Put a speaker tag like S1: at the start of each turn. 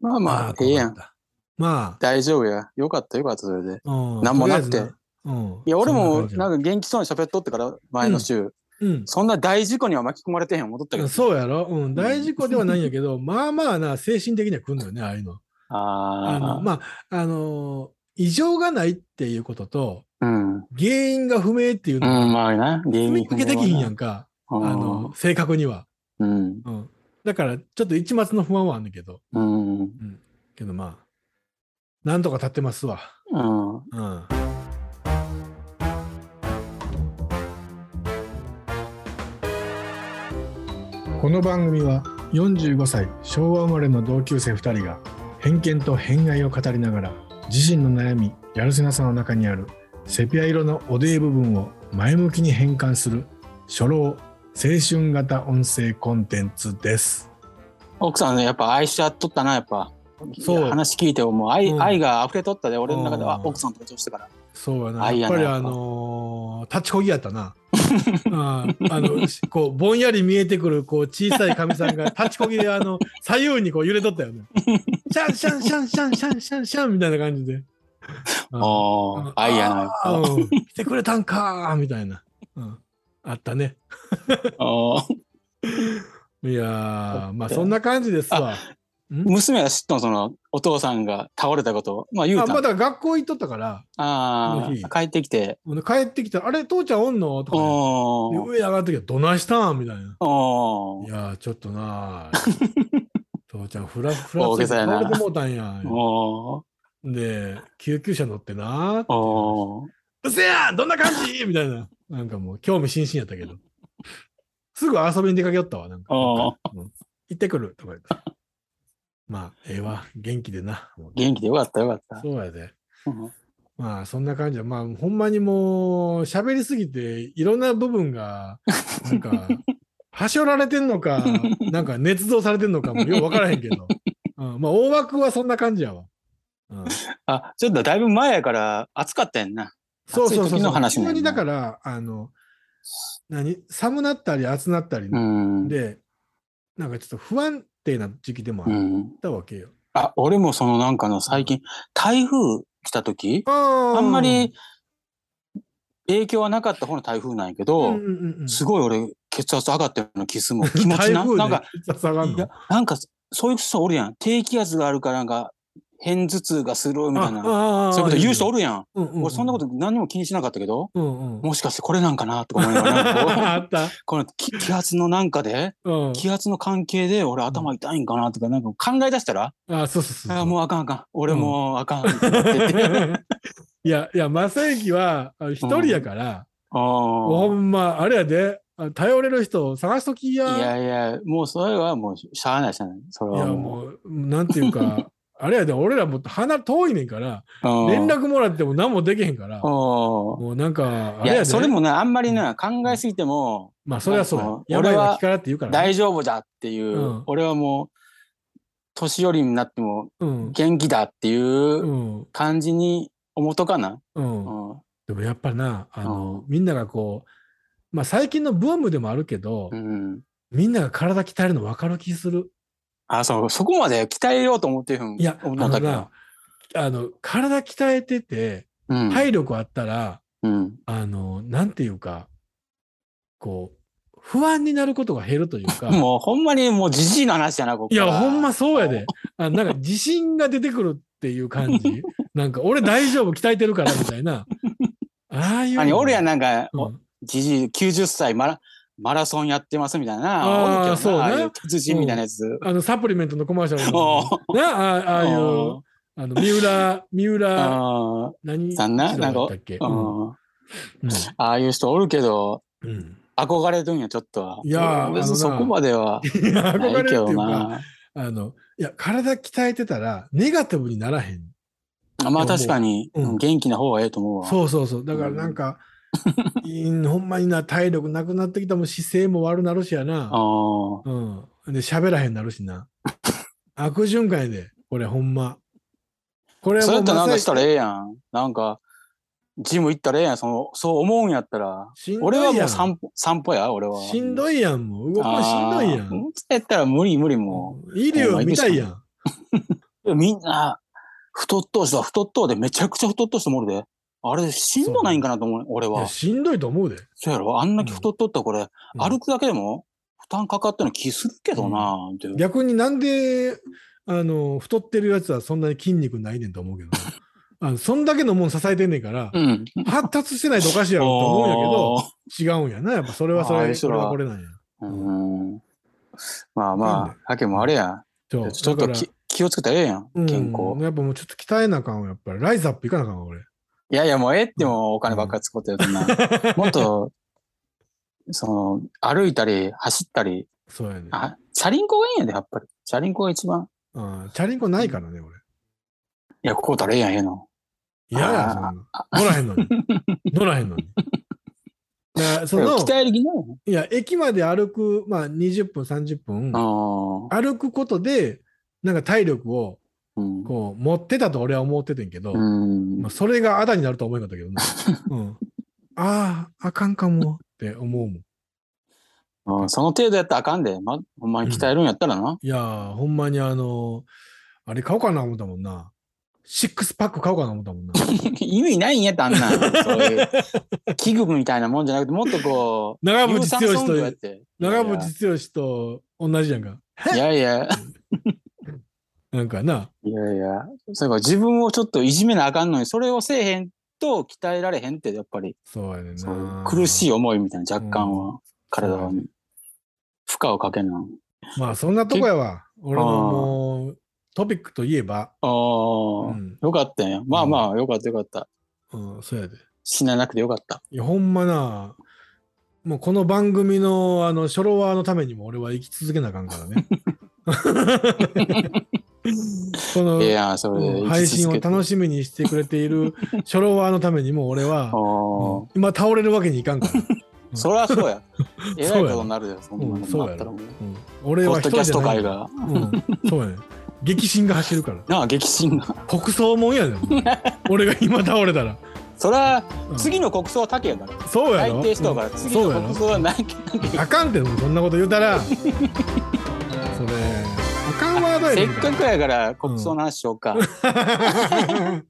S1: まあまあ、え
S2: え
S1: え
S2: え
S1: やん。。
S2: ま
S1: 大丈夫や。よかったよかった、それで。
S2: あ、うん
S1: なんもなくて
S2: とりあえずなうん。
S1: いや、俺も
S2: そんな
S1: なんか元気そうに喋っとってから、前の週、
S2: 感じうん。
S1: そんな大事故には巻き込まれてへん、戻ったけど。
S2: そうやろ、うん、大事故ではないんや けど、まあまあな、精神的には来んのよね、ああいうの。
S1: あ
S2: あのまあ、あの異常がないっていうことと、
S1: あ、うん。うん、
S2: 原因が不明っていうのは、
S1: まあな、原
S2: 踏
S1: 因
S2: み抜けできひんや
S1: ん。
S2: んか、
S1: あ
S2: あの正確には。
S1: うん。
S2: うん、だから、ちょっと一抹の不安はあんねんけど、
S1: うん。うん。
S2: けどまあ、なんとか立ってますわ。
S1: うん
S2: うん、
S3: この番組は45歳昭和生まれの同級生2人が偏見と偏愛を語りながら自身の悩みやるせなさの中にあるセピア色のおでい部分を前向きに変換する初老青春型音声コンテンツです。
S1: 奥さんね、やっぱ愛し合っとったな、やっぱ。
S2: そう
S1: 話聞いても、もう愛,、
S2: うん
S1: 愛が溢れとったで、俺の中では、
S2: うん
S1: 奥さん登場してから。
S2: そうや
S1: あ
S2: な。
S1: いいや
S2: やっ
S1: な
S2: ぱり
S1: やっ
S2: あ
S1: ぱ
S2: のー立ちこぎやった な。ああのしこうぼんやり見えてくるこう小さいかみさ んが立ちこぎであの左右にこう揺れとったよね。シャンシャンシャンシャンシャンシャンシャンみたいな感じで。あ
S1: おー、愛やな、やっ
S2: あ
S1: ぱ。
S2: うん来てくれたんかーみたいな、うん。あったね。
S1: おー
S2: いやーまあそんな感じですわ。
S1: 娘は知っとん、その、お父さんが倒れたことを。まあ、言う
S2: あ
S1: た
S2: ま
S1: ん。
S2: だ学校行っとったから
S1: あ
S2: この日
S1: あ、帰ってきて。
S2: 帰ってきたら「あれ父ちゃんおんの?」とかね、
S1: お
S2: で
S1: ー。
S2: 上上がった時は「どないしたん?」みたいな。
S1: お
S2: い
S1: ー。
S2: やーちょっとなー父ちゃんフラフラ
S1: 大げさやな
S2: 倒れてもうたんや
S1: おー。
S2: で救急車乗ってなーって
S1: おー。
S2: うせやどんな感じみたいななんかもう興味津々やったけどすぐ遊びに出かけよったわなんか
S1: おー
S2: うん行ってくるとか言ってまあええわ元気でなもう
S1: 元気でよかった、よかった。
S2: そうやで
S1: うん
S2: まあそんな感じでまあほんまにもう喋りすぎていろんな部分 がなんかはしょられてんのかなんか捏造されてんのかもよう分からへんけど、うん、まあ大枠はそんな感じやわ、うん、
S1: あ、ちょっとだいぶ前やから暑かったやんな。
S2: そうそう
S1: 暑い
S2: そう
S1: 時の話
S2: 急
S1: なんやな
S2: にだからあの何寒なったり暑なったり
S1: うん。
S2: で、なんかちょっと不安定な時期でも
S1: う
S2: あっ
S1: ん。
S2: たわけよ、
S1: あ、俺もそのなんかの最近、台風来た時、
S2: あ
S1: あんまり影響はなかった方の台風なんやけど、
S2: うんうんうんうん
S1: すごい俺血圧上がったような気するもん。気持ち
S2: 台
S1: な、
S2: 風で
S1: なんか、
S2: 血圧上がん
S1: いや
S2: の、
S1: なんかそういう人おるやん。低気圧があるからなんか、偏頭痛がするみたいな。
S2: あ
S1: そういうこと言う人お
S2: る、
S1: るやん。
S2: うんうう
S1: 俺そんなこと何も気にしなかったけど、
S2: うんうん
S1: もしかしてこれなんかなとか思いながらなんか
S2: あ
S1: こう、
S2: った。
S1: この気気圧のなんかで、
S2: うん。
S1: 気圧の関係で俺頭痛いんかなとかなんか考え出したら、
S2: あ、そうそうそうそう。
S1: ああもうあかんあかん俺もう あかんってなってて、
S2: いや、いや、正行はあ一人やから、
S1: あ
S2: ほ
S1: ー
S2: んま、あれやで、あ頼れる人を探しときや。
S1: いやいやもうそれはもうしゃあないしゃあないそれ
S2: いや
S1: はもう
S2: もう、なんてい うか、あれやで、俺らもう鼻遠いねんから、
S1: うん
S2: 連絡もらっても何もできへんから、
S1: うん
S2: もうなんか、あ
S1: い
S2: れやで、
S1: やそれもねあんまりな考えすぎても
S2: まあ、それはそう
S1: あ
S2: や
S1: の。
S2: 病
S1: 俺
S2: は
S1: は
S2: 気からって言うからね、
S1: 大丈夫だっていう、
S2: うん
S1: 俺はもう年寄りになっても
S2: うん。
S1: 元気だっていう
S2: うん。
S1: 感じに思っとかな、
S2: うん
S1: う。ん
S2: でもやっぱりな、あの
S1: う、
S2: みんながこう、まあ、最近のブームでもあるけど、
S1: うん、
S2: みんなが体鍛えるの分かる気する。
S1: あそうそこまで鍛えようと思ってるん
S2: いや、あ
S1: 思っ
S2: の
S1: たけ
S2: な
S1: ど、
S2: あの、体鍛えてて、
S1: うん
S2: 体力あったら、
S1: うん、
S2: あの、なんていうか、こう、不安になることが減るというか、
S1: もうほんまにもうじじいの話やな、ここ
S2: い
S1: から
S2: や、ほんまそうやで。あなんか自信が出てくるっていう感じ。 なんか、俺大丈夫、鍛えてるから、みたいな。ああいうの。
S1: あの俺やなんか、
S2: うん
S1: おじじい90歳マラマラソンやってますみたいな。
S2: あ
S1: おるけ
S2: ー
S1: どな
S2: そうね
S1: ああいう鉄人みたいなやつ。
S2: あの、サプリメントのコマーシャル
S1: お
S2: の。なああああいう、
S1: お
S2: あの、三浦、三浦、
S1: あ
S2: 何
S1: さんな
S2: 一郎だったっけ
S1: ーうん
S2: うん
S1: ああいう人おるけど、
S2: うんうん
S1: 憧れるんや、ちょっとは。
S2: いやー
S1: 別に
S2: あの
S1: そ
S2: な
S1: こまでは
S2: いや
S1: な
S2: 憧れる
S1: い
S2: っ
S1: け
S2: てい
S1: ど
S2: うか、
S1: な。
S2: あの、いや、体鍛えてたら、ネガティブにならへん。
S1: あまあ確かに、
S2: うん
S1: うん元気な方がええと思うわ。
S2: そうそうそう。だからなんか、うんほんまにな、体力なくなってきたもん姿勢も悪なるしや
S1: あ
S2: な。
S1: ー
S2: うん。で、喋らへんなるしな。悪循環やで、これほんま。これ
S1: それや
S2: も
S1: ったらなんかしたら
S2: まさ
S1: ええやん。なんか、ジム行ったらええやん。そのそう思うんやったら。
S2: しんど
S1: 俺はいも
S2: や。
S1: うん散歩散歩や、俺は。
S2: しんどいやん、もう。動くのしんどいやん。
S1: あー。そうやったら無理無理も
S2: 医療見たいやん。
S1: いやみんな、太っとうしだ、太っとうで、めちゃくちゃ太っとうしてもおるで。あれ、しんどないんかなと思う、俺
S2: いや
S1: は。
S2: しんどいと思うで。
S1: そうやろあんだけ太っとったらこれ、
S2: うん
S1: 歩くだけでも負担かかってる気するけどな、っていう
S2: 逆になんで、あの、太ってるやつはそんなに筋肉ないねんと思うけどね、 あのそんだけのもん支えてんねんから、
S1: うん。
S2: 発達してないとおかしいやろと 思うんやけど、違うんやな。やっぱそれはそ
S1: あああ
S2: れ、
S1: いつ
S2: そ
S1: ら
S2: れ
S1: は
S2: はこれなんや。
S1: あーうん。まあま
S2: なん
S1: あ、ハケもあれや。
S2: そう
S1: ちょっ
S2: だ
S1: と
S2: から
S1: き気をつけたらええやん、健
S2: う
S1: 康
S2: ん。やっぱもうちょっと鍛えなあかんわ、やっぱり。ライズアップいかなあかんわ、俺。
S1: いやいや、もうええってもお金ばっかり使ってると な。もっと、その、歩いたり、走ったり、
S2: そうやね。あ
S1: あ、チャリンコがいいんやで、やっぱり。チャリンコが一番。
S2: あチャリンコないからね、俺。
S1: いや、こうたらええやん、ええの。
S2: 嫌や、そんな。乗らへ んのに。乗らへんのに。だからその、
S1: 鍛える気ない
S2: いや、駅まで歩く、まあ20分、30分、
S1: のああ。
S2: 歩くことで、なんか体力を
S1: うん。
S2: こう持ってたと俺は思っててんけど、
S1: うん
S2: まあ、それがあだになるとは思えなかったけどね。 うん、ああ、あかんかもって思うもん。
S1: うんその程度やったらあかんで、ま、ほんまに鍛えるんやったらな。
S2: いやー、ほんまにあのーあれ買おうかな思ったもんな。シックスパック買おうかな思った もんな。
S1: 意味ないんやってあんなん。そう いう、器具みたいなもんじゃなくて、もっとこう、
S2: 長
S1: 有
S2: 渕
S1: 酸
S2: 剛
S1: 素運動やっ
S2: と、
S1: て。
S2: 長渕剛と同じやんか。
S1: いやいや、
S2: なんかな。
S1: いやいや、そうか、自分をちょっといじめなあかんのに、それをせえへんと鍛えられへんって、やっぱり、
S2: そうやねん
S1: そう
S2: な。
S1: 苦しい思いみたいな、若干
S2: う
S1: は、体は
S2: そうや
S1: 負荷をかけんな。
S2: まあそんなとこやわ。俺のもうトピックといえば。
S1: ああ、
S2: うん、
S1: よかったんや。まあまあ、よかったよかった。
S2: うん、そうやで。
S1: 死ななくてよかった。
S2: いや、ほんまな、もうこの番組のあの初老ワーのためにも俺は生き続けなあかんか らね。この
S1: いや、それで
S2: うん配信を
S1: し
S2: 楽しみにしてくれている初老ワーのためにも俺は、うん今倒れるわけにいかんから。
S1: そりゃそう や。えらい
S2: そう
S1: こ
S2: や
S1: とになるよ、そんな
S2: う
S1: こ
S2: ん
S1: と
S2: そ
S1: に
S2: う
S1: な
S2: や
S1: ったら
S2: ろ
S1: もう。。
S2: うん俺
S1: ポ
S2: は
S1: ッ
S2: 一
S1: ドキャス
S2: 人
S1: ト
S2: じ
S1: 界
S2: ゃない。
S1: が、
S2: うん、そうやね。激震が走るから。
S1: なあ、激震が。
S2: 国葬もんやねん。俺が今倒れたら。
S1: そりゃ、
S2: うん
S1: 次の国葬は竹やから。
S2: そうや
S1: 内
S2: ろ
S1: 定しとうから、
S2: うん
S1: 次
S2: そうや
S1: の
S2: ろ
S1: 国葬はないけど。
S2: あかんってそんなこと言うたらそれあかんワードや
S1: せ
S2: ね
S1: っ
S2: ん
S1: かくやから国葬の話しようか。
S2: か